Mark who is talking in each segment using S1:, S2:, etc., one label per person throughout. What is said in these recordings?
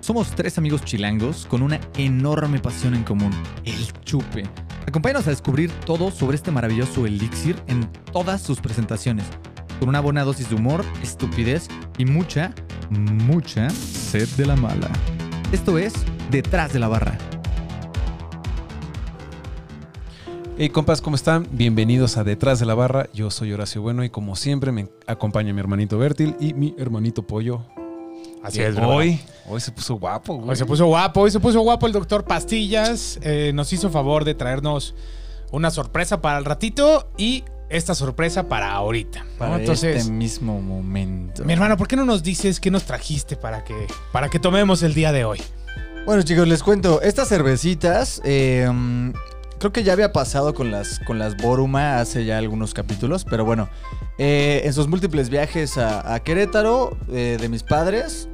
S1: Somos tres amigos chilangos con una enorme pasión en común, el chupe. Acompáñanos a descubrir todo sobre este maravilloso elixir en todas sus presentaciones, con una buena dosis de humor, estupidez y mucha, mucha sed de la mala. Esto es Detrás de la Barra.
S2: Hey compas, ¿cómo están? Bienvenidos a Detrás de la Barra. Yo soy Horacio Bueno y como siempre me acompaña mi hermanito Bertil y mi hermanito Pollo.
S3: Así
S2: Que
S3: es, bro.
S2: hoy, hoy se puso guapo, güey.
S3: Hoy se puso guapo, hoy se puso guapo el doctor Pastillas. eh, nos hizo favor de traernos una sorpresa para el ratito y esta sorpresa para ahorita. ¿no?
S4: este
S3: Entonces,
S1: este mismo momento.
S3: mi hermano, ¿por qué no nos dices qué nos trajiste para que, para que tomemos el día de hoy?
S4: Bueno chicos, les cuento, estas cervecitas, eh, mm, creo que ya había pasado con las, con las Boruma hace ya algunos capítulos, pero bueno, eh, en sus múltiples viajes a, a Querétaro eh, de mis padres,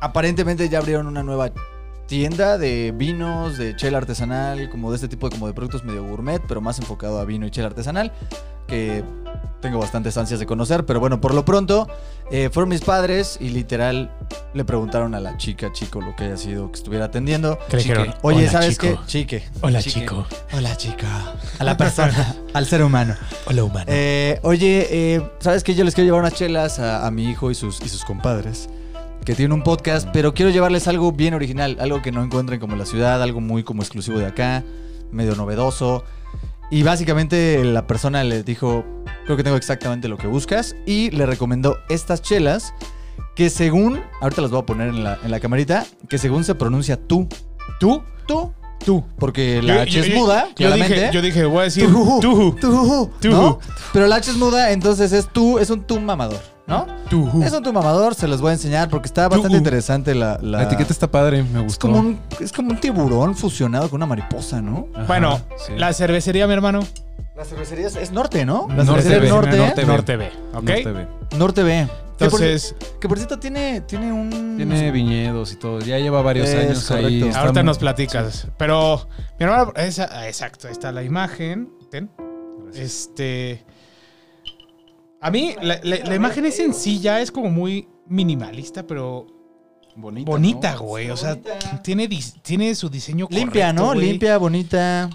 S4: aparentemente ya abrieron una nueva tienda de vinos, de chela artesanal, como de este tipo de, como de productos medio gourmet, pero más enfocado a vino y chela artesanal, que tengo bastantes ansias de conocer, pero bueno, por lo pronto eh, fueron mis padres y literal le preguntaron a la chica, chico, lo que haya sido que estuviera atendiendo.
S3: ¿Qué le
S4: Chique.
S3: dijeron?
S4: Oye,
S3: Hola,
S4: ¿sabes
S3: chico.
S4: qué? Chique.
S3: Hola,
S4: Chique.
S3: chico.
S4: Hola, chica. A la persona, al ser humano.
S3: Hola, humano.
S4: Eh, oye, eh, ¿sabes qué? Yo les quiero llevar unas chelas a, a mi hijo y sus, y sus compadres. Que tienen un podcast, pero quiero llevarles algo bien original, algo que no encuentren como en la ciudad, algo muy como exclusivo de acá, medio novedoso. Y básicamente la persona les dijo, creo que tengo exactamente lo que buscas, y le recomendó estas chelas que según, ahorita las voy a poner en la, en la camarita, que según se pronuncia tú,
S3: ¿Tú?
S4: tú,
S3: Tú.
S4: porque la H es
S3: yo-
S4: muda,
S3: Yo
S4: claramente.
S3: dije, yo dije, voy a decir
S4: Tú.
S3: tú.
S4: Tú,
S3: Tú.
S4: ¿no? Pero la H es muda, entonces es tú, es un tú mamador, ¿no?
S3: Tú.
S4: Es un tú mamador, se los voy a enseñar porque está bastante
S2: Tú.
S4: interesante la, la-
S2: La etiqueta está padre, me
S4: Es
S2: gustó.
S4: como, un, es como un tiburón fusionado con una mariposa, ¿no?
S2: Ajá,
S3: Bueno,
S2: sí.
S3: la cervecería, mi hermano.
S4: La cervecería es, es norte, ¿no? La
S2: Norte,
S4: cervecería es norte,
S2: norte,
S4: norte,
S2: B.
S3: Norte B, ¿ok?
S2: No te ve.
S4: B. Que por-
S3: Entonces,
S4: que por, cierto tiene, tiene un...
S2: Tiene viñedos y todo. Ya lleva varios
S4: Mm. Es
S2: años ahí.
S4: correcto.
S2: Está
S3: Ahorita
S2: muy-
S3: nos platicas. Pero, mi hermano, esa- ah, exacto, ahí está la imagen. Ten. Este. A mí, la, la- la imagen es sencilla, es como muy minimalista, pero
S4: bonita,
S3: bonita,
S4: ¿no?
S3: güey. O sea,
S4: Bonita.
S3: tiene, dis- tiene su diseño
S4: Limpia,
S3: correcto,
S4: ¿no?
S3: güey.
S4: Limpia, bonita.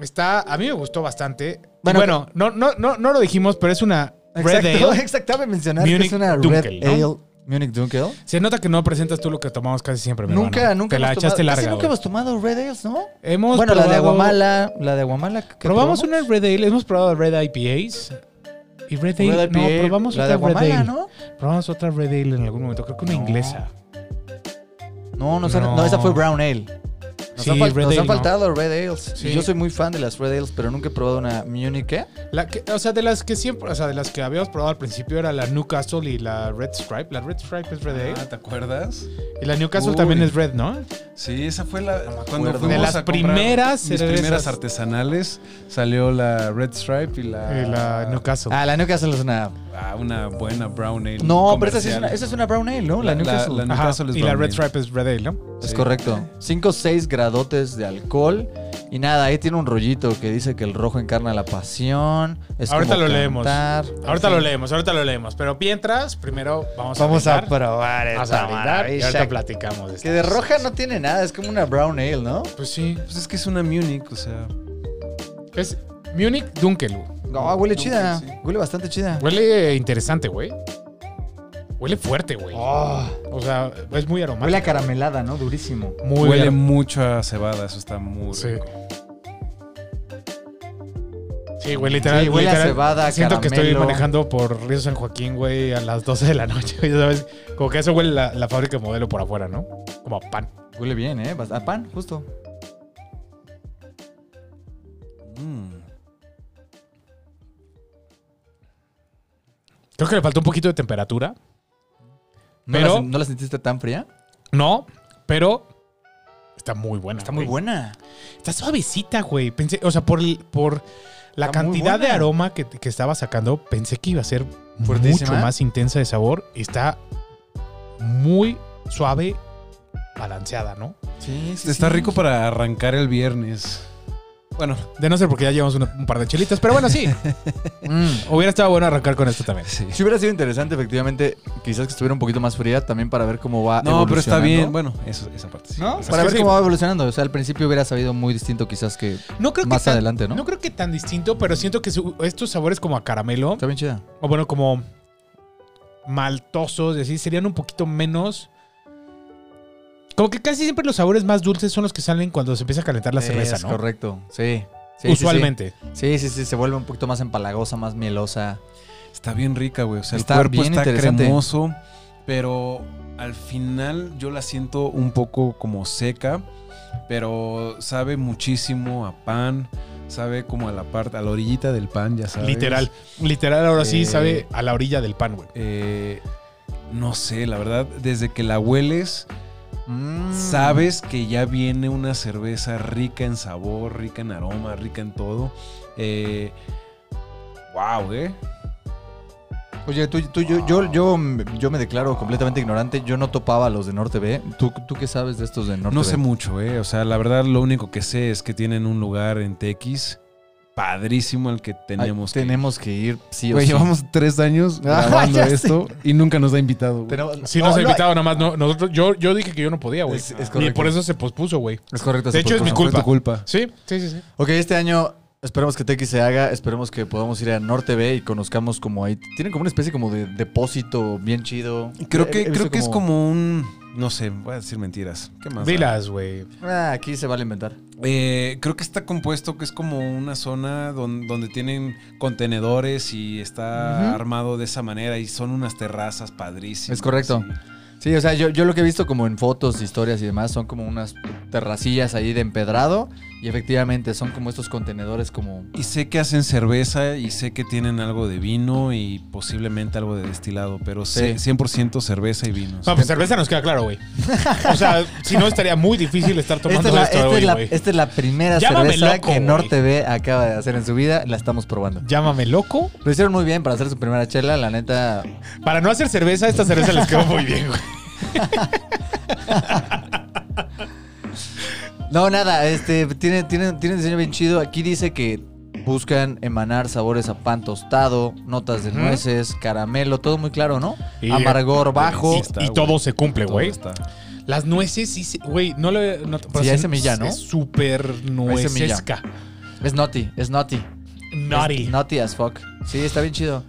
S3: Está, a mí me gustó bastante. Y
S4: Bueno,
S3: Bueno, no, no, no, no lo dijimos, pero es una Red
S4: Exacto,
S3: Ale.
S4: exacto, me mencionar que
S3: Munich
S4: es una
S3: Dunkel,
S4: Red
S3: ¿no?
S4: Ale. Munich Dunkel.
S3: Se nota que no presentas tú lo que tomamos casi siempre, mi
S4: Nunca,
S3: hermano.
S4: nunca
S3: Te la
S4: hemos tomado-
S3: echaste larga.
S4: casi nunca
S3: güey.
S4: hemos tomado Red Ales, ¿no?
S3: Hemos
S4: bueno, la de
S3: probado-
S4: Aguamala, la de Aguamala. que- que
S3: Probamos una Red Ale, hemos probado Red IPAs. Y Red Ale,
S4: Red IPA,
S3: no, probamos
S4: la de
S3: otra Red
S4: Aguamala,
S3: Ale.
S4: ¿no?
S3: Probamos otra Red Ale en algún momento, creo que una
S4: No.
S3: inglesa.
S4: No, no, esa-
S3: No.
S4: no, esa fue Brown Ale. Nos,
S3: Sí,
S4: han, fal-
S3: Red
S4: nos
S3: Ale,
S4: han
S3: no.
S4: faltado Red Ales.
S3: Sí.
S4: Y yo soy muy fan de las Red Ales, pero nunca he probado una Munich. ¿qué?
S3: La que- o sea, de las que siempre, o sea, de las que habíamos probado al principio era la Newcastle y la Red Stripe. La Red Stripe es Red Ale.
S2: Ah, ¿te acuerdas?
S3: y la Newcastle
S2: Uy.
S3: también es Red, ¿no?
S2: Sí, esa fue la. cuando
S4: acuerdo.
S2: fuimos
S4: De
S3: las
S2: a comprar
S3: primeras
S2: Mis
S3: cervezas.
S2: primeras artesanales. Salió la Red Stripe y la.
S3: Eh, la Newcastle.
S4: Ah, la Newcastle es una.
S2: Ah, una buena brown ale.
S4: No, pero esa, sí es
S2: comercial.
S4: una, esa es una Brown Ale, ¿no? La,
S2: La- la-
S4: Newcastle.
S2: la-
S3: Ajá,
S2: Newcastle es
S3: y la
S2: Brown
S3: Red
S2: Ale.
S3: Stripe es Red Ale, ¿no?
S4: Es
S2: Sí.
S4: correcto. 5 o 6 gradotes de alcohol. Y nada, ahí tiene un rollito que dice que el rojo encarna la pasión. es
S3: Ahorita
S4: como
S3: lo leemos.
S4: cantar.
S3: Ahorita
S4: En
S3: lo
S4: fin.
S3: leemos, ahorita lo leemos. Pero mientras, primero vamos a
S4: Vamos a
S3: brindar.
S4: probar
S3: Vamos
S4: esta
S3: a brindar y ahorita
S4: maravilla.
S3: platicamos. esta
S4: Que de
S3: cosa.
S4: roja no tiene nada, es como una brown ale, ¿no?
S3: Pues sí.
S2: Pues es que es una Munich, o sea.
S3: Es Munich Dunkel.
S4: No, Ah, huele
S2: No,
S4: chida.
S2: sí.
S4: Huele bastante chida.
S3: Huele interesante, güey. Huele fuerte, güey.
S4: Oh,
S3: O sea, es muy aromático.
S4: huele a caramelada, ¿no? Durísimo.
S3: Muy
S2: huele
S3: bien.
S2: mucho a cebada, eso está muy
S3: Sí.
S2: rico.
S3: Sí, güey, literal.
S4: Sí, huele a
S3: literal,
S4: cebada,
S3: Siento que estoy
S4: caramelo.
S3: manejando por Río San Joaquín, güey, a las 12 de la noche. güey, ya sabes, como que eso huele la, la fábrica de modelo por afuera, ¿no? Como a pan.
S4: Huele bien, ¿eh? Bast- A pan, justo.
S2: Mm.
S3: Creo que le faltó un poquito de temperatura.
S4: ¿No,
S3: Pero-
S4: la, sen- no la sentiste tan fría?
S3: No, pero está muy buena.
S4: Está muy
S3: güey.
S4: buena.
S3: Está suavecita, güey. Pensé, o sea, por, el- por la
S4: Está muy
S3: cantidad de
S4: buena.
S3: aroma que, que estaba sacando, pensé que iba a ser
S4: Fuertísima. ¿eh?
S3: mucho más intensa de sabor. Y está muy suave, balanceada, ¿no?
S4: Sí,
S2: Este, Está rico para arrancar el viernes. Bueno,
S3: De no ser porque ya llevamos una- un par de chelitas, pero bueno, sí. Mm, Hubiera estado bueno arrancar con esto también.
S2: sí.
S4: Si hubiera sido interesante, efectivamente, quizás que estuviera un poquito más fría también para ver cómo va
S2: No, pero está
S4: Ah, evolucionando.
S2: bien. Bueno, eso, esa parte sí.
S3: ¿No?
S2: Esa-
S4: Para
S3: Es
S4: ver
S3: que sí.
S4: cómo va evolucionando. O sea, al principio hubiera sabido muy distinto quizás que...
S3: No creo que
S4: Más
S3: tan-
S4: adelante, ¿no?
S3: No creo que tan distinto, pero siento que su- estos sabores como a caramelo,
S4: Está bien chida.
S3: o bueno, como maltosos, y así, serían un poquito menos. Como que casi siempre los sabores más dulces son los que salen cuando se empieza a calentar la cerveza,
S4: Es
S3: ¿no?
S4: correcto. Sí. Sí, sí,
S3: Usualmente.
S4: Sí. sí, sí, sí. Se vuelve un poquito más empalagosa, más mielosa.
S2: Está bien rica, güey. O sea,
S4: Está
S2: el cuerpo
S4: bien
S2: está
S4: interesante.
S2: cremoso, pero al final yo la siento un poco como seca, pero sabe muchísimo a pan, sabe como a la parte, a la orillita del pan, ya sabes.
S3: Literal. Literal, ahora sí
S2: Eh,
S3: sabe a la orilla del pan, güey.
S2: Eh, no sé, la verdad, desde que la hueles,
S4: Mm.
S2: sabes que ya viene una cerveza rica en sabor, rica en aroma, rica en todo. Eh, wow, eh.
S4: Oye, tú, tú- yo, yo, yo, yo me declaro completamente ignorante. Yo no topaba a los de Norte B. ¿Tú, tú qué sabes de estos de Norte
S2: No
S4: B?
S2: sé mucho, eh. O sea, la verdad, lo único que sé es que tienen un lugar en TX padrísimo al que
S4: Ay,
S2: tenemos que
S4: tenemos que ir sí o
S2: Güey,
S4: sí.
S2: llevamos tres años
S4: Ah,
S2: grabando
S4: ya sé.
S2: esto y nunca nos ha invitado. güey.
S4: Tenemos-
S3: Sí,
S4: no,
S3: nos ha
S4: no,
S3: invitado, nada más. No, nosotros, yo, yo dije que yo no podía, güey.
S4: Es- es
S3: Y
S4: correcto.
S3: por eso se pospuso, güey.
S4: Es correcto.
S3: De
S4: se
S3: hecho, es mi
S4: propuso.
S2: Fue tu
S3: culpa.
S2: culpa.
S3: Sí, sí, sí. sí.
S4: Ok, este año esperemos que TX se haga. Esperemos que podamos ir a Norte B y conozcamos como ahí. Tienen como una especie como de depósito bien chido.
S2: Creo
S4: He-
S2: que,
S4: he
S2: creo
S4: visto
S2: que es como un. No sé, voy a decir mentiras. ¿Qué más? da?
S3: Dilas, güey.
S4: Ah, aquí se vale inventar.
S2: Eh, creo que está compuesto que es como una zona don- donde, tienen contenedores y está
S4: Ujú.
S2: armado de esa manera y son unas terrazas padrísimas.
S4: Es correcto. Sí, o sea, yo, yo lo que he visto como en fotos, historias y demás, son como unas terracillas ahí de empedrado. Y efectivamente son como estos contenedores como...
S2: Y sé que hacen cerveza y sé que tienen algo de vino y posiblemente algo de destilado, pero sé- 100% cerveza y vino.
S3: No, pues cerveza nos queda claro, güey. O sea, si no estaría muy difícil estar
S4: Esta
S3: tomando
S4: es, la,
S3: esto
S4: esta es
S3: hoy,
S4: la-
S3: güey.
S4: esta es la primera
S3: Llámame
S4: cerveza
S3: loco,
S4: que
S3: güey.
S4: Norte B acaba de hacer en su vida. La estamos probando.
S3: Llámame loco.
S4: Lo hicieron muy bien para hacer su primera chela, la neta.
S3: Para no hacer cerveza, esta cerveza les quedó muy bien, güey.
S4: No, nada, este, tiene, tiene, tiene diseño bien chido. Aquí dice que buscan emanar sabores a pan tostado, notas de
S3: Ujú. eh,
S4: nueces, caramelo, todo muy claro, ¿no?
S3: Y-
S4: Amargor bajo.
S3: Y,
S2: está,
S3: y
S2: güey.
S3: todo se cumple,
S2: Todo
S3: güey.
S2: está.
S3: Las nueces, sí, se- güey, no le. No, pero
S4: Sí, hay
S3: se-
S4: semilla, ¿no?
S3: Es súper
S4: Hay semilla.
S3: nuecesca.
S4: Es naughty, es naughty.
S3: Naughty.
S4: Es naughty as fuck. Sí, está bien chido.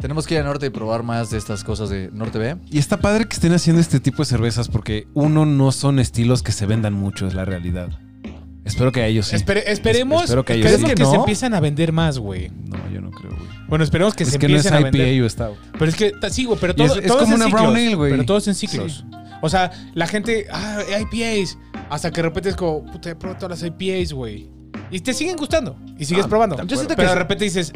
S4: Tenemos que ir al norte y probar más de estas cosas de Norte B.
S2: Y está padre que estén haciendo este tipo de cervezas porque uno no son estilos que se vendan mucho, es la realidad. Espero que a ellos sí.
S3: Espere- esperemos
S2: Espero que
S3: que,
S2: ellos
S3: esperemos
S2: sí.
S3: que
S2: ¿No?
S3: se empiezan a vender más, güey.
S2: No, yo no creo, güey.
S3: Bueno, esperemos que
S2: Es
S3: se
S2: que no es
S3: empiecen a
S2: IPA
S3: vender.
S2: o stout.
S3: Pero es que, ta- sí, güey, pero
S2: Y es-
S3: todo,
S2: es
S3: todo
S2: como
S3: en
S2: una
S3: ciclos,
S2: brown ale, güey.
S3: Pero todos en ciclos. O sea, la gente, ah, IPAs. Hasta que de repente es como, puta, he probado todas las IPAs, güey. Y te siguen gustando. Y sigues
S2: Ah,
S3: probando.
S2: de
S4: Yo siento
S3: Pero de
S4: que,
S3: repente dices,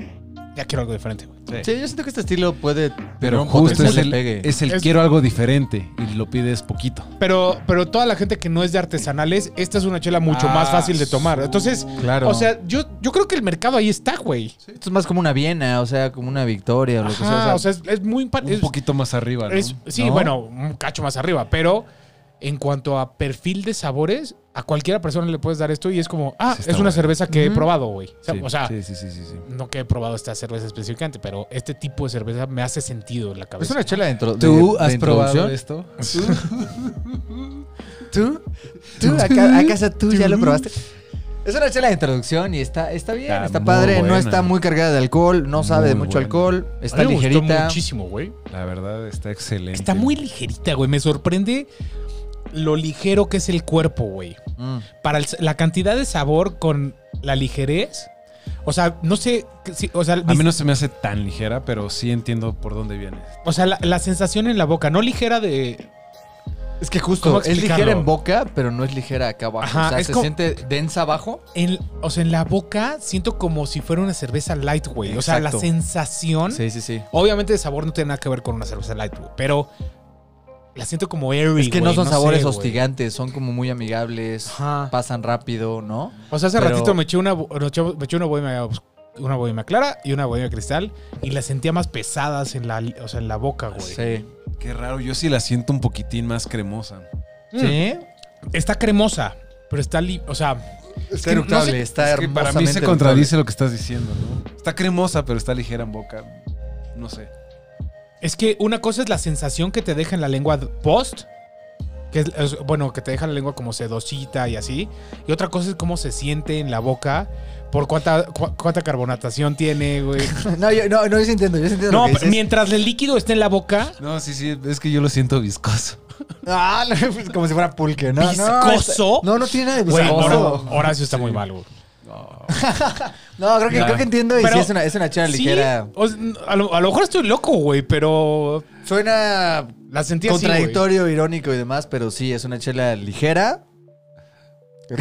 S3: ya quiero algo diferente, güey.
S4: sí, yo siento que este estilo puede. tener
S2: Pero
S4: un
S2: justo
S4: potencial
S2: es
S4: de
S2: el,
S4: pegue.
S2: es el
S3: Es-
S2: quiero algo diferente y lo pides poquito.
S3: Pero, pero toda la gente que no es de artesanales, esta es una chela mucho
S2: Ah,
S3: más fácil de tomar. Entonces,
S4: Claro.
S3: o sea, yo, yo creo que el mercado ahí está, güey.
S4: Esto es más como una Viena, o sea, como una victoria o lo que sea. o
S3: Ajá,
S4: sea,
S3: o sea, es, es muy... pa-
S2: Un
S3: es-
S2: poquito más arriba, ¿no?
S3: es- sí,
S4: ¿No?
S3: bueno, un cacho más arriba, pero... En cuanto a perfil de sabores, a cualquiera persona le puedes dar esto y es como,
S2: Sí,
S3: ah, es
S2: está
S3: una
S2: bueno.
S3: cerveza que he
S4: Ujú.
S3: probado, güey. O sea,
S2: Sí,
S3: o sea,
S2: sí, sí, sí, sí, sí.
S3: no que he probado esta cerveza específicamente, pero este tipo de cerveza me hace sentido en la
S4: es
S3: cabeza.
S4: una chela dentro de,
S2: ¿Tú
S4: de
S2: has
S4: introducción.
S2: probado esto?
S4: ¿Tú? ¿Tú? ¿Aca- ¿Acaso tú ya lo probaste? Es una chela de introducción y está, está bien,
S2: Está
S4: está,
S2: muy
S4: padre. No
S2: buena.
S4: está muy cargada de alcohol, no sabe de
S2: Muy
S4: mucho
S2: buena.
S4: alcohol, está
S3: A mí me gustó
S4: ligerita.
S3: muchísimo, güey.
S2: La verdad está excelente.
S3: Está muy ligerita, güey. Me sorprende lo ligero que es el cuerpo, güey.
S4: Mm.
S3: Para el- la cantidad de sabor con la ligerez. O sea, no sé. si- o sea,
S2: A
S3: mis-
S2: mí no se me hace tan ligera, pero sí entiendo por dónde viene.
S3: o sea la, la sensación en la boca. No ligera de.
S4: Es que
S3: ¿Cómo
S4: justo, es
S3: explicarlo?
S4: ligera en boca, pero no es ligera acá abajo.
S3: Ajá,
S4: o sea,
S3: es
S4: se
S3: como-
S4: siente densa abajo.
S3: en- o sea, en la boca siento como si fuera una cerveza light, güey. O sea, la
S4: Exacto.
S3: sensación.
S4: Sí, sí, sí.
S3: Obviamente el sabor no tiene nada que ver con una cerveza light, güey, pero la siento como airy,
S4: Es que
S3: güey,
S4: no son
S3: sé,
S4: sabores
S3: güey.
S4: hostigantes, son como muy amigables,
S3: Ajá.
S4: pasan rápido, ¿no?
S3: O sea, hace
S4: Pero-
S3: ratito me eché una, bo- me eché- me eché una bohemia, obs- una bohemia clara y una bohemia cristal y las sentía más pesadas en la, o sea, en la boca, güey.
S4: Sí.
S2: Qué raro, yo sí la siento un poquitín más cremosa.
S3: Mm.
S4: ¿Sí?
S3: Está cremosa, pero está, li- o sea,
S4: Está
S2: que no
S4: eructable,
S2: sé-
S4: está
S2: es que Para mí se
S4: hermosamente
S2: contradice lo que estás diciendo, ¿no? Está cremosa, pero está ligera en boca. No sé.
S3: Es que una cosa es la sensación que te deja en la lengua d- post, que es, es- bueno, que te deja la lengua como sedosita y así, y otra cosa es cómo se siente en la boca por cuánta cu- cuánta carbonatación tiene, güey.
S4: No, yo, no, no, yo sí entiendo, yo sí entiendo
S3: No,
S4: lo que
S3: pero
S4: dices.
S3: mientras el líquido esté en la boca,
S2: No, sí, sí, es que yo lo siento viscoso.
S4: Ah, no, pues, como si fuera pulque, ¿no? No,
S3: ¿Viscoso?
S4: está- no, no tiene nada de
S3: güey,
S4: viscoso.
S3: Hor- Horacio está muy mal, güey.
S4: No, creo que,
S2: Ya.
S4: creo que entiendo y
S3: Pero-
S4: sí es una, es una chela
S3: Sí,
S4: ligera.
S3: o sea, a, lo, a lo mejor estoy loco, güey, pero
S4: Suena
S3: la sentí así, güey.
S4: contradictorio, irónico y demás, pero sí, es una chela ligera.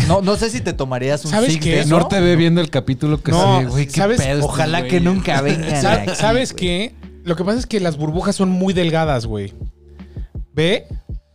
S4: No, no sé si te tomarías un
S3: ¿Sabes
S4: six
S3: qué?
S4: de eso.
S2: No te ve viendo el capítulo que
S3: No,
S2: sale, güey. ¿qué
S3: ¿sabes?
S2: pedo estos
S4: Ojalá que
S2: güeyes?
S4: nunca vengan.
S3: este Sa-
S4: aquí,
S3: ¿Sabes
S4: güey.
S3: qué? Lo que pasa es que las burbujas son muy delgadas, güey. ¿Ve?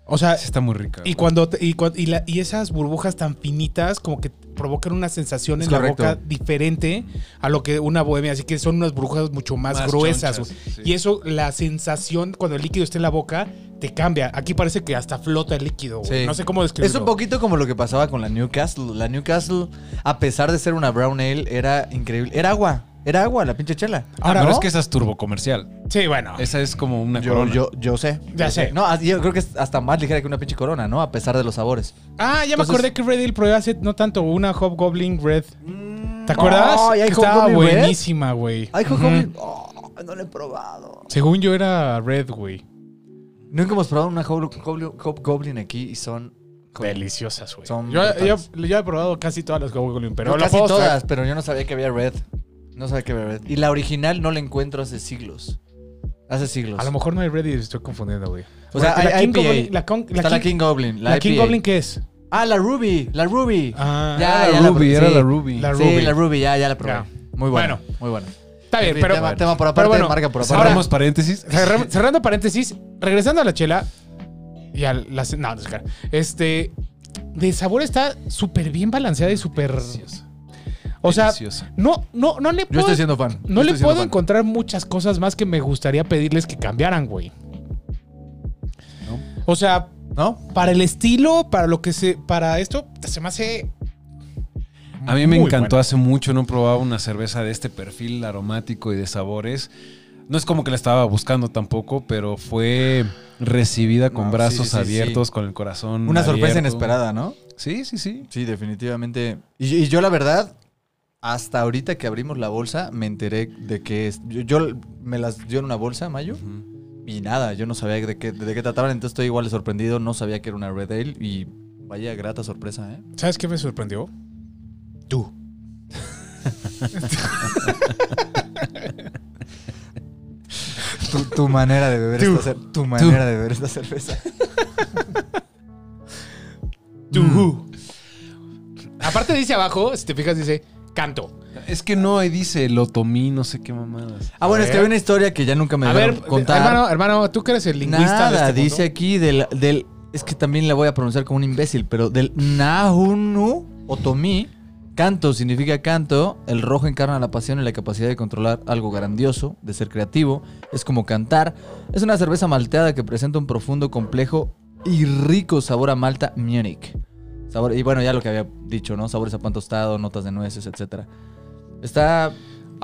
S3: O sea,
S2: Sí, está muy rica.
S3: y cuando te- y, cuan- y la- y esas burbujas tan finitas como que provocan una sensación
S4: Es
S3: en
S4: correcto.
S3: la boca diferente a lo que una bohemia, así que son unas burbujas mucho más,
S2: Más
S3: gruesas.
S2: chonchas,
S3: güey.
S2: sí.
S3: Y eso la sensación cuando el líquido está en la boca te cambia. Aquí parece que hasta flota el líquido, güey.
S4: Sí.
S3: No sé cómo
S4: Es
S3: describirlo.
S4: un poquito como lo que pasaba con la Newcastle. La Newcastle, a pesar de ser una brown ale, era increíble. Era agua. Era agua la pinche chela.
S2: Ahora,
S3: Ahora,
S2: Ah, pero
S3: ¿no?
S2: es que esa es turbo comercial.
S3: Sí, bueno.
S2: Esa es como una
S4: Yo,
S2: corona.
S4: yo, yo sé.
S3: Ya
S4: Yo
S3: sé.
S4: No, ah, yo creo que es hasta más ligera que una pinche corona, ¿no? A pesar de los sabores.
S3: Ah, ya
S4: Entonces-
S3: me acordé que Red Hill probé hace no tanto una Hobgoblin Red. ¿Te acuerdas?
S4: Ay, ¿hay ¿eh?
S3: Que estaba
S4: Hobgoblin Red?
S3: buenísima, güey.
S4: Ay,
S3: Ujú.
S4: Jojo, no lo he probado.
S3: Según yo era Red, güey.
S4: Nunca hemos probado una Hobgoblin aquí y son.
S3: Deliciosas, güey.
S4: Son
S3: Yo, yo,
S4: brutales.
S3: yo he probado casi todas las Hobgoblin, pero
S4: no,
S3: la
S4: casi
S3: puedo
S4: todas,
S3: traer.
S4: pero yo no sabía que había red. No sabía que había red. Y la original no la encuentro hace siglos. Hace siglos.
S3: A lo mejor no hay Red y estoy confundiendo, güey.
S4: O sea,
S3: Porque
S4: hay- hay
S3: King
S4: IPA.
S3: Goblin- la Con- la
S4: Está la
S3: King-
S4: King Goblin. La,
S3: la King
S4: IPA.
S3: Goblin, ¿qué es?
S4: Ah, la Ruby. La Ruby.
S3: Ah,
S4: Ya,
S2: Ah,
S4: ya
S2: la Ruby,
S4: la-
S2: era
S4: sí.
S2: la Ruby.
S3: La-
S4: Sí,
S3: Ruby.
S4: la Ruby, ya, ya la probé.
S3: Ya.
S4: Muy buena.
S3: Bueno.
S4: Muy buena.
S3: está bien,
S4: En fin,
S3: pero.
S4: tema, tema por aparte,
S3: pero bueno, pues
S4: marca por aparte.
S3: ahora-
S2: Cerramos paréntesis.
S3: Cerra- cerrando paréntesis, regresando a la chela y a la... No, no, es claro. Este, de sabor está súper bien balanceada y súper...
S2: Deliciosa.
S3: O sea,
S2: Deliciosa.
S3: no, no, no le
S4: Yo
S3: puedo...
S4: estoy siendo fan.
S3: pues no
S4: Yo
S3: le
S4: estoy siendo
S3: puedo
S4: fan.
S3: encontrar muchas cosas más que me gustaría pedirles que cambiaran, güey.
S2: No.
S3: O sea,
S4: ¿No?
S3: para el estilo, para lo que se... Para esto, se me hace...
S2: A mí me
S3: muy
S2: encantó
S3: bueno.
S2: hace mucho, no probaba una cerveza de este perfil aromático y de sabores. No es como que la estaba buscando tampoco, pero fue recibida con
S4: No, sí,
S2: brazos
S4: sí, sí,
S2: abiertos, con el corazón.
S4: Una sorpresa
S2: Mm, abierto.
S4: inesperada, ¿no?
S2: Sí, sí, sí.
S4: Sí, definitivamente. Y, y yo, la verdad, hasta ahorita que abrimos la bolsa, me enteré de que es. Yo, yo- me las dio en una bolsa, Mayo. Y nada, yo no sabía de qué, de qué trataban, entonces estoy igual de sorprendido. No sabía que era una Red Ale y vaya grata sorpresa, ¿eh?
S3: ¿Sabes qué me sorprendió? Tú.
S4: Tu, tu manera de beber
S3: Tú.
S4: esta cerveza. Tu manera de beber esta cerveza.
S3: Tú.
S4: Mm.
S3: Aparte dice abajo, si te fijas, dice canto.
S2: Es que no, ahí dice el otomí, no sé qué mamadas.
S4: Ah, bueno, es que
S3: ver.
S4: había una historia que ya nunca me
S3: a
S4: dejaron
S3: ver,
S4: contar.
S3: hermano, hermano, tú que eres el lingüista
S4: Nada,
S3: de este
S4: dice
S3: mundo?
S4: aquí del, del- Es que también la voy a pronunciar como un imbécil, pero del Nahunu Otomí. Canto significa canto. El rojo encarna la pasión y la capacidad de controlar algo grandioso, de ser creativo. Es como cantar. Es una cerveza malteada que presenta un profundo, complejo y rico sabor a malta Munich. Sabor, y bueno, ya lo que había dicho, ¿no? Sabores a pan tostado, notas de nueces, etcétera. Está
S3: Ahora-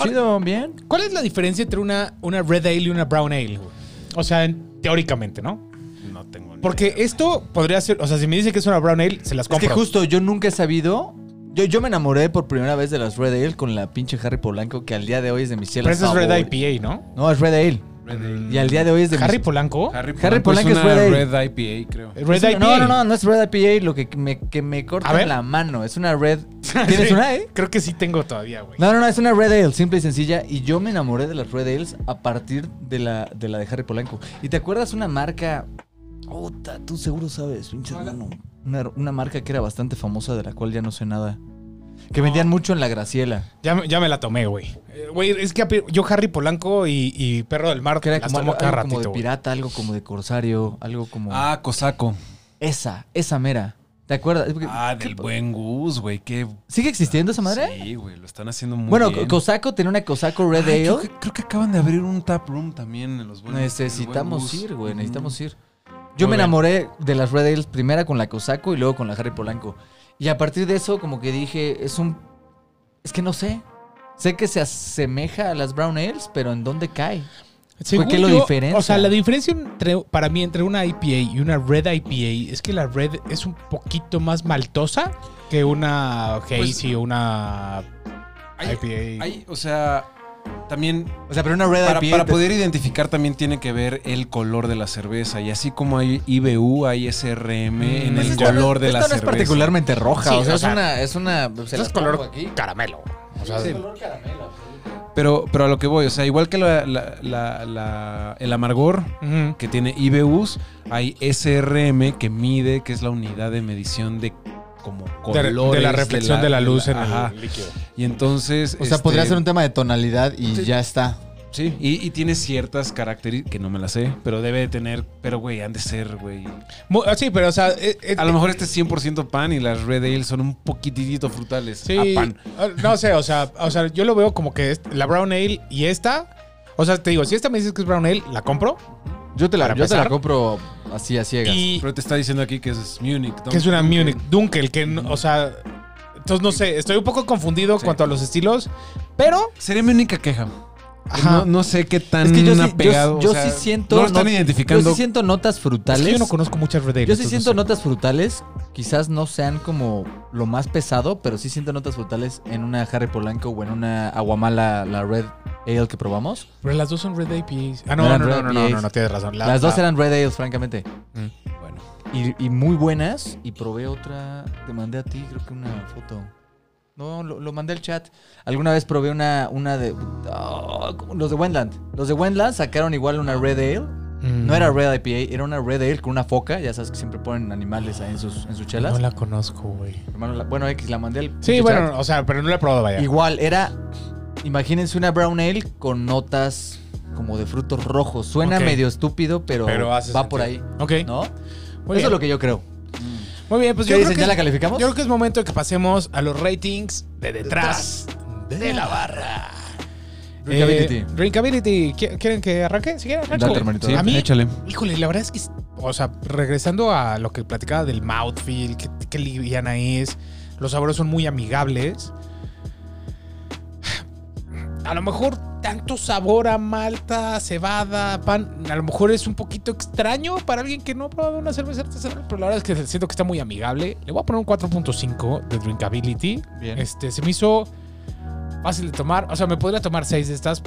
S4: chido, bien.
S3: ¿Cuál es la diferencia entre una, una red ale y una brown ale? güey? O sea, en- teóricamente, ¿no?
S2: No tengo ni
S3: Porque esto podría ser, o sea, si me dice que es una brown ale, se las compro.
S4: Es que justo yo nunca he sabido. Yo, yo me enamoré por primera vez de las Red Ale con la pinche Harry Polanco, que al día de hoy es de mis
S3: Pero
S4: cielos.
S3: esa es red
S4: favoritas.
S3: IPA, ¿no?
S4: No, es Red Ale. Y al día de hoy es de
S3: Harry
S4: mis.
S3: Polanco.
S2: Harry,
S4: Harry Polanco
S2: Polanco es
S4: es
S2: una
S4: Red
S2: Red IPA, creo.
S3: Red
S4: Es
S3: IPA.
S4: una- No, no, no, no es Red IPA lo que me, que me
S3: A
S4: corta
S3: ver.
S4: en la mano. Es una Red. ¿Tienes
S3: Sí,
S4: una, eh?
S3: Creo que sí tengo todavía, güey.
S4: No, no, no, es una Red Ale, simple y sencilla. Y yo me enamoré de las Red Ales a partir de la de, la de Harry Polanco. ¿Y te acuerdas una marca? Puta, tú seguro sabes, pinche hermano. Una, una marca que era bastante famosa, de la cual ya no sé nada. Que vendían mucho en la Graciela.
S3: Ya, me- ya me la tomé, güey. Eh, Güey, es que api- yo Harry Polanco y, y Perro del Mar
S4: Que era
S3: las
S4: como,
S3: tomo
S4: algo,
S3: cada
S4: algo como
S3: ratito,
S4: de
S3: güey.
S4: pirata, algo como de corsario, algo como.
S2: Ah, Cosaco.
S4: Esa, esa mera. ¿Te acuerdas? Es porque-
S2: Ah,
S4: ¿qué
S2: del
S4: pa-
S2: buen Gus, güey. Qué
S4: ¿Sigue existiendo esa madre?
S2: Sí, güey, lo están haciendo muy
S4: bueno,
S2: bien.
S4: Cosaco tenía una Cosaco Red
S2: Ay, creo,
S4: Ale.
S2: que, creo que acaban de abrir un tap room también en los buenos.
S4: Necesitamos ir, güey, necesitamos ir. Yo
S3: Muy
S4: me
S3: bien.
S4: enamoré de las Red Ales primera con la Cosaco y luego con la Harry Polanco. Y a partir de eso, como que dije, es un. Es que no sé. Sé que se asemeja a las brown ales, pero ¿en dónde cae?
S3: Según
S4: ¿qué lo
S3: yo,
S4: diferencia?
S3: O sea, la diferencia entre- para mí entre una IPA y una red IPA es que la red es un poquito más maltosa que una hazy
S2: Pues-
S3: o una
S2: Hay-
S3: IPA.
S2: hay, o sea, también
S4: O sea, pero una red
S2: para,
S4: IPA
S2: para
S4: te-
S2: poder identificar también tiene que ver el color de la cerveza. Y así como hay IBU, hay SRM en
S4: Pues
S2: el
S4: esta no-
S2: color de la
S4: esta no
S2: cerveza.
S4: es particularmente roja.
S3: Sí,
S4: o sea,
S3: o
S4: es
S3: sea,
S4: una. Es una. se
S3: es
S4: las
S3: color
S4: pongo aquí.
S3: caramelo. O sea,
S2: Sí. Pero, pero a lo que voy, o sea, igual que la- la- la- la- el amargor
S3: Ujú.
S2: que tiene IBUs, hay SRM que mide, que es la unidad de medición de como
S3: de,
S2: colores.
S3: de la reflexión de la, luz en
S2: ajá.
S3: el líquido.
S2: Y entonces...
S5: O sea, podría
S2: este,
S5: ser un tema de tonalidad y
S2: Sí.
S5: ya está.
S2: Sí, y, y tiene ciertas características, que no me las sé, pero debe de tener, pero güey, han de ser, güey.
S3: Mu- ah, Sí, pero o sea, eh, eh,
S2: A lo mejor este es 100% pan y las Red Ale son un poquitito frutales.
S3: Sí,
S2: A pan.
S3: ah, no sé, o sea, o sea, yo lo veo como que est- la brown ale y esta, o sea, te digo, si esta me dices que es brown ale, la compro
S5: Yo te la,
S3: Para
S5: yo te la
S3: empezar.
S5: compro así a ciegas.
S3: y
S2: Pero te está diciendo aquí que es Munich.
S3: que es una Munich Dunkel, que no- o sea, entonces no sé, estoy un poco confundido en
S2: Sí.
S3: cuanto a los estilos, pero
S2: Sería mi única queja.
S3: Ajá.
S2: No, no sé qué tan
S4: Es que yo sí,
S2: apegado.
S4: yo- yo
S2: o sea,
S4: sí siento.
S2: No lo están
S4: not-
S2: identificando.
S4: Yo sí siento notas
S3: es
S4: frutales.
S3: que yo no conozco muchas red ale.
S4: Yo sí
S3: entonces
S4: siento
S3: no sé.
S4: notas frutales, quizás no sean como lo más pesado, pero sí siento notas frutales en una Harry Polanco o en una Aguamala, la Red Ale que probamos.
S3: Pero las dos son red IPAs. Ah,
S4: No
S3: no, no,
S4: eran
S3: no,
S4: red
S3: no, no, no,
S4: IPAs.
S3: no, no, tienes razón. La-
S4: Las dos
S3: la- Mm.
S4: eran Red Ales, francamente.
S2: Bueno,
S4: Y, y muy buenas. Y probé otra, te mandé a ti, creo que una foto. No, lo, lo mandé al chat. Alguna vez probé una, una de... Ah, los de Wendland. Los de Wendland sacaron igual una Red Ale.
S3: Mm,
S4: No era Red IPA, era una Red Ale con una foca. Ya sabes que siempre ponen animales ahí en sus, en sus chelas.
S3: No la conozco, güey.
S4: Hermano, la- bueno, X, la mandé al
S3: Sí,
S4: chat.
S3: bueno, o sea, pero no la he probado, vaya.
S4: Igual, era. Imagínense una brown ale con notas como de frutos rojos. Suena
S3: Ok.
S4: medio estúpido, pero,
S3: Pero
S4: va
S3: hace
S4: por ahí,
S3: sentido. Ok.
S4: ¿no?
S3: Muy
S4: Eso
S3: bien.
S4: es lo que yo creo.
S3: Muy bien, pues
S4: ¿Qué
S3: yo creo
S4: dicen?
S3: que
S4: ¿Ya la calificamos?
S3: Yo creo que es momento de que pasemos a los ratings de detrás de la barra.
S4: Drinkability.
S3: Eh, drinkability. ¿Qui- ¿Quieren que arranque? Si quieren, arranco.
S4: Dale, hermanito,
S2: sí,
S3: a mí,
S2: échale.
S3: híjole, la verdad es que, es- o sea, regresando a lo que platicaba del mouthfeel, qué, qué liviana es, los sabores son muy amigables. A lo mejor tanto sabor a malta, cebada, pan, a lo mejor es un poquito extraño para alguien que no ha probado una cerveza artesanal, pero la verdad es que siento que está muy amigable. Le voy a poner un 4.5 de drinkability.
S4: Bien.
S3: Este, se me hizo fácil de tomar. O sea, me podría tomar seis de estas.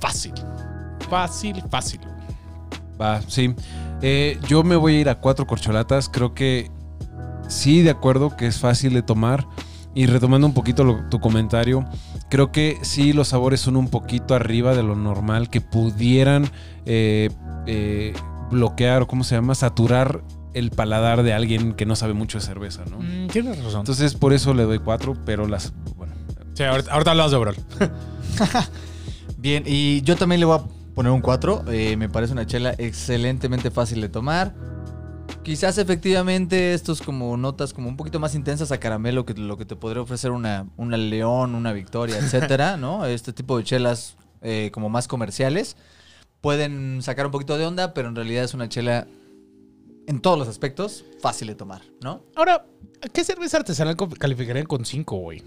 S3: Fácil. Fácil, fácil.
S2: Va, sí. Eh, yo me voy a ir a cuatro corcholatas. Creo que sí, de acuerdo, que es fácil de tomar. Y retomando un poquito lo- tu comentario, creo que sí, los sabores son un poquito arriba de lo normal que pudieran eh, eh, bloquear o, ¿cómo se llama?, saturar el paladar de alguien que no sabe mucho de cerveza,
S4: Mm.
S2: ¿no?
S3: Mm, tienes razón.
S2: Entonces, por eso le doy cuatro, pero las. Bueno.
S3: sí, ahorita, ahorita hablamos de Brol.
S4: Bien, y yo también le voy a poner un 4. me parece una chela excelentemente fácil de tomar. Quizás efectivamente estos como notas como un poquito más intensas a caramelo que lo que te podría ofrecer una, una león, una victoria, etcétera, ¿no? Este tipo de chelas eh, como más comerciales pueden sacar un poquito de onda, pero en realidad es una chela en todos los aspectos fácil de tomar, ¿no?
S3: Ahora, ¿qué cerveza artesanal co- calificarían con 5, güey?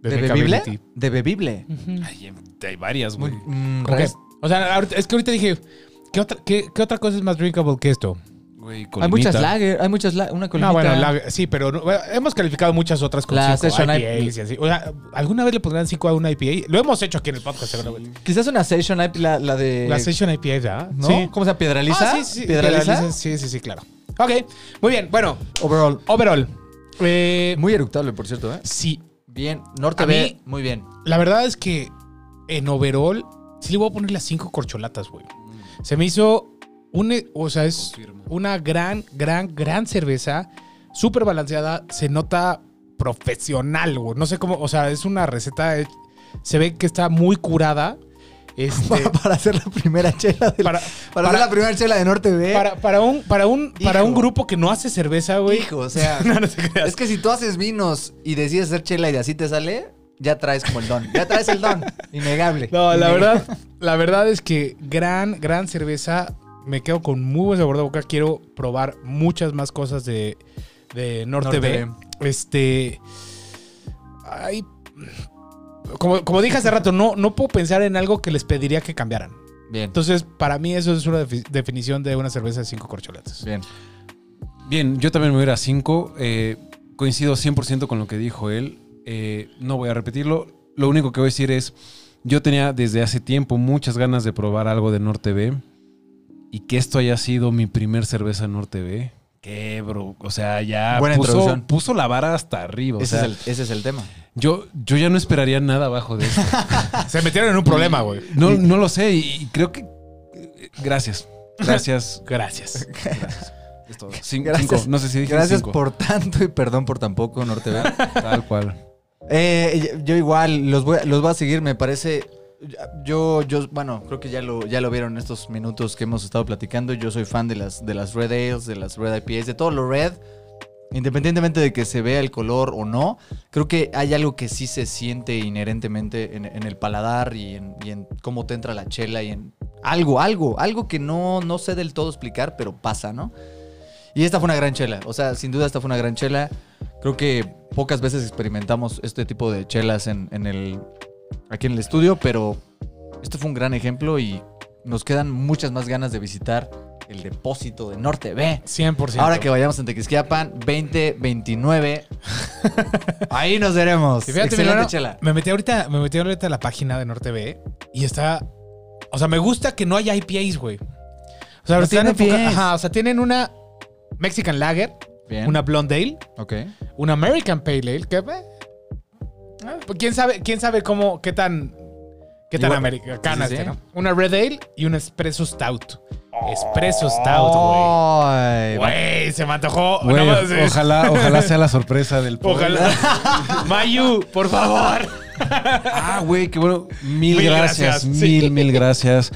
S4: ¿De bebible? De bebible.
S2: Hay, hay varias,
S4: Muy-
S2: güey.
S4: mm,
S3: ¿Por qué?
S4: res-
S3: O sea, ahorita- es que ahorita dije, ¿qué otra, qué, qué otra cosa es más drinkable que esto?
S2: Güey,
S4: Hay
S2: Colimita.
S4: muchas lager, hay muchas la- una
S3: No,
S4: colimita.
S3: Ah, bueno, la- sí, pero no- bueno, hemos calificado muchas otras con
S4: La
S3: 5
S4: Session
S3: IPAs y así. O sea, ¿alguna vez le pondrán 5 a una IPA? Lo hemos hecho aquí en el podcast, seguramente.
S4: Quizás una session IPA, la, la de.
S3: La Session IPA, ¿verdad?
S4: ¿no?
S3: Sí.
S4: ¿Cómo se llama? ¿Piedraliza?
S3: Ah, sí, sí,
S4: ¿Piedraliza?
S3: Piedraliza, Sí, sí, sí, claro. Ok, muy bien. Bueno,
S4: Overall.
S3: overall. eh,
S4: Muy eructable, por cierto, ¿eh?
S3: sí,
S4: Bien. Norte
S3: A
S4: B,
S3: mí-
S4: muy bien.
S3: la verdad es que en overall sí le voy a poner las cinco corcholatas, güey. Se me hizo un, e, o sea, es
S2: Confirmo.
S3: una gran, gran, gran cerveza, súper balanceada, se nota profesional, güey. No sé cómo, o sea, es una receta, eh, se ve que está muy curada. Este,
S4: para hacer la primera chela de.
S3: para,
S4: para
S3: hacer la
S4: primera chela de Norte B.
S3: para, para un, para un, para un
S4: Hijo.
S3: grupo que no hace cerveza, güey.
S4: Hijo, o sea.
S3: No, no te creas.
S4: es que si tú haces vinos y decides hacer chela y así te sale, ya traes como el don. Ya traes el don. Innegable.
S3: No, la
S4: Innegable.
S3: verdad, la verdad es que gran, gran cerveza. Me quedo con muy buen sabor de boca. Quiero probar muchas más cosas de, de Norte,
S4: Norte
S3: B.
S4: B.
S3: Este. Ay. Como, como dije hace rato, no, no puedo pensar en algo que les pediría que cambiaran.
S5: Bien.
S3: Entonces, para mí, eso es una defi- definición de una cerveza de cinco corcholatas.
S5: Bien.
S2: Bien, yo también me voy a ir a 5. coincido 100% con lo que dijo él. Eh, no voy a repetirlo. Lo único que voy a decir es, yo tenía desde hace tiempo muchas ganas de probar algo de Norte B y que esto haya sido mi primer cerveza Norte B. Qué bro, o sea, ya
S4: Buena
S2: puso,
S4: introducción.
S2: puso la vara hasta arriba. O
S4: Ese,
S2: sea,
S4: es el, ese es el tema.
S2: yo, yo ya no esperaría nada abajo de eso.
S3: Se metieron en un problema, güey.
S2: No, no lo sé y, y creo que... eh, Gracias. Gracias.
S3: Gracias.
S2: Gracias. Es todo. Cin-
S4: Gracias.
S2: cinco. No sé si dije
S4: Gracias
S2: cinco.
S4: por tanto y perdón por tampoco, Norte B.
S2: Tal cual.
S4: Eh, yo igual, los voy, a- los voy a seguir, me parece. Yo, yo, bueno, creo que ya lo, ya lo vieron en estos minutos que hemos estado platicando. Yo soy fan de las, de las Red Ales, de las Red IPAs, de todo lo red. Independientemente de que se vea el color o no, creo que hay algo que sí se siente inherentemente en, en el paladar y en, y en cómo te entra la chela y en algo, algo, algo que no, no sé del todo explicar, pero pasa, ¿no? Y esta fue una gran chela, o sea, sin duda esta fue una gran chela. Creo que pocas veces experimentamos este tipo de chelas en, en el, aquí en el estudio, pero este fue un gran ejemplo y nos quedan muchas más ganas de visitar el depósito de Norte B.
S3: 100%.
S4: Ahora que vayamos a Tequisquiapan, 2029. Ahí nos veremos.
S3: Sí, fíjate, mi
S4: Excelente
S3: hermano,
S4: chela.
S3: Me metí ahorita, me metí ahorita a la página de Norte B y está. O sea, me gusta que no haya IPAs, güey. O sea,
S4: No
S3: están
S4: tiene
S3: enfoca-
S4: IPAs.
S3: ajá, o sea, tienen una Mexican Lager,
S4: Bien.
S3: una Blonde Ale,
S4: Ok.
S3: una American Pale Ale, que eh, pues, quién sabe, quién sabe cómo, qué tan, qué tan
S4: Igual-
S3: americana
S4: sí, sí, sí.
S3: esté, ¿no? Una Red Ale y un Espresso Stout. Espresso
S4: Oh,
S3: Stout,
S4: Ay,
S3: güey. Güey, se me antojó.
S2: Güey,
S3: No más, eh.
S2: ojalá, ojalá sea la sorpresa del podcast.
S3: Ojalá. Mayu, por favor.
S2: Ah, güey, qué bueno. Mil,
S3: Mil
S2: gracias,
S3: gracias,
S2: mil,
S3: sí.
S2: mil gracias.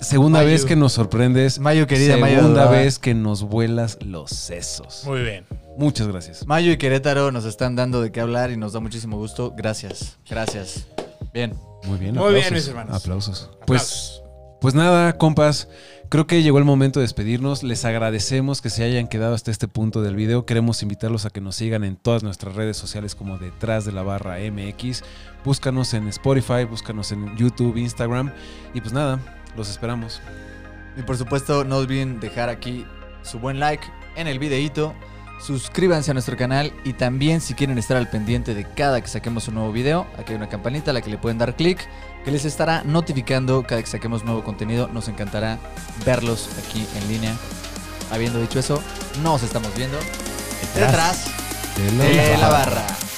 S2: Segunda
S3: Mayo.
S2: vez que nos sorprendes.
S4: Mayo, querida, Mayo Ah.
S2: Segunda
S4: dorada.
S2: vez que nos vuelas los sesos.
S3: Muy bien.
S2: Muchas gracias.
S4: Mayo y Querétaro nos están dando de qué hablar y nos da muchísimo gusto. Gracias. Gracias. Bien.
S2: Muy bien.
S3: Muy bien, mis hermanos.
S2: Aplausos. Pues,
S3: Pues
S2: pues nada, compas. Creo que llegó el momento de despedirnos. Les agradecemos que se hayan quedado hasta este punto del video. Queremos invitarlos a que nos sigan en todas nuestras redes sociales como detrás de la barra MX. Búscanos en Spotify, búscanos en YouTube, Instagram. Y pues nada, los esperamos.
S4: Y por supuesto, no olviden dejar aquí su buen like en el videíto. Suscríbanse a nuestro canal y también si quieren estar al pendiente de cada que saquemos un nuevo video, aquí hay una campanita a la que le pueden dar clic que les estará notificando cada que saquemos nuevo contenido. Nos encantará verlos aquí en línea. Habiendo dicho eso, nos estamos viendo detrás de la barra.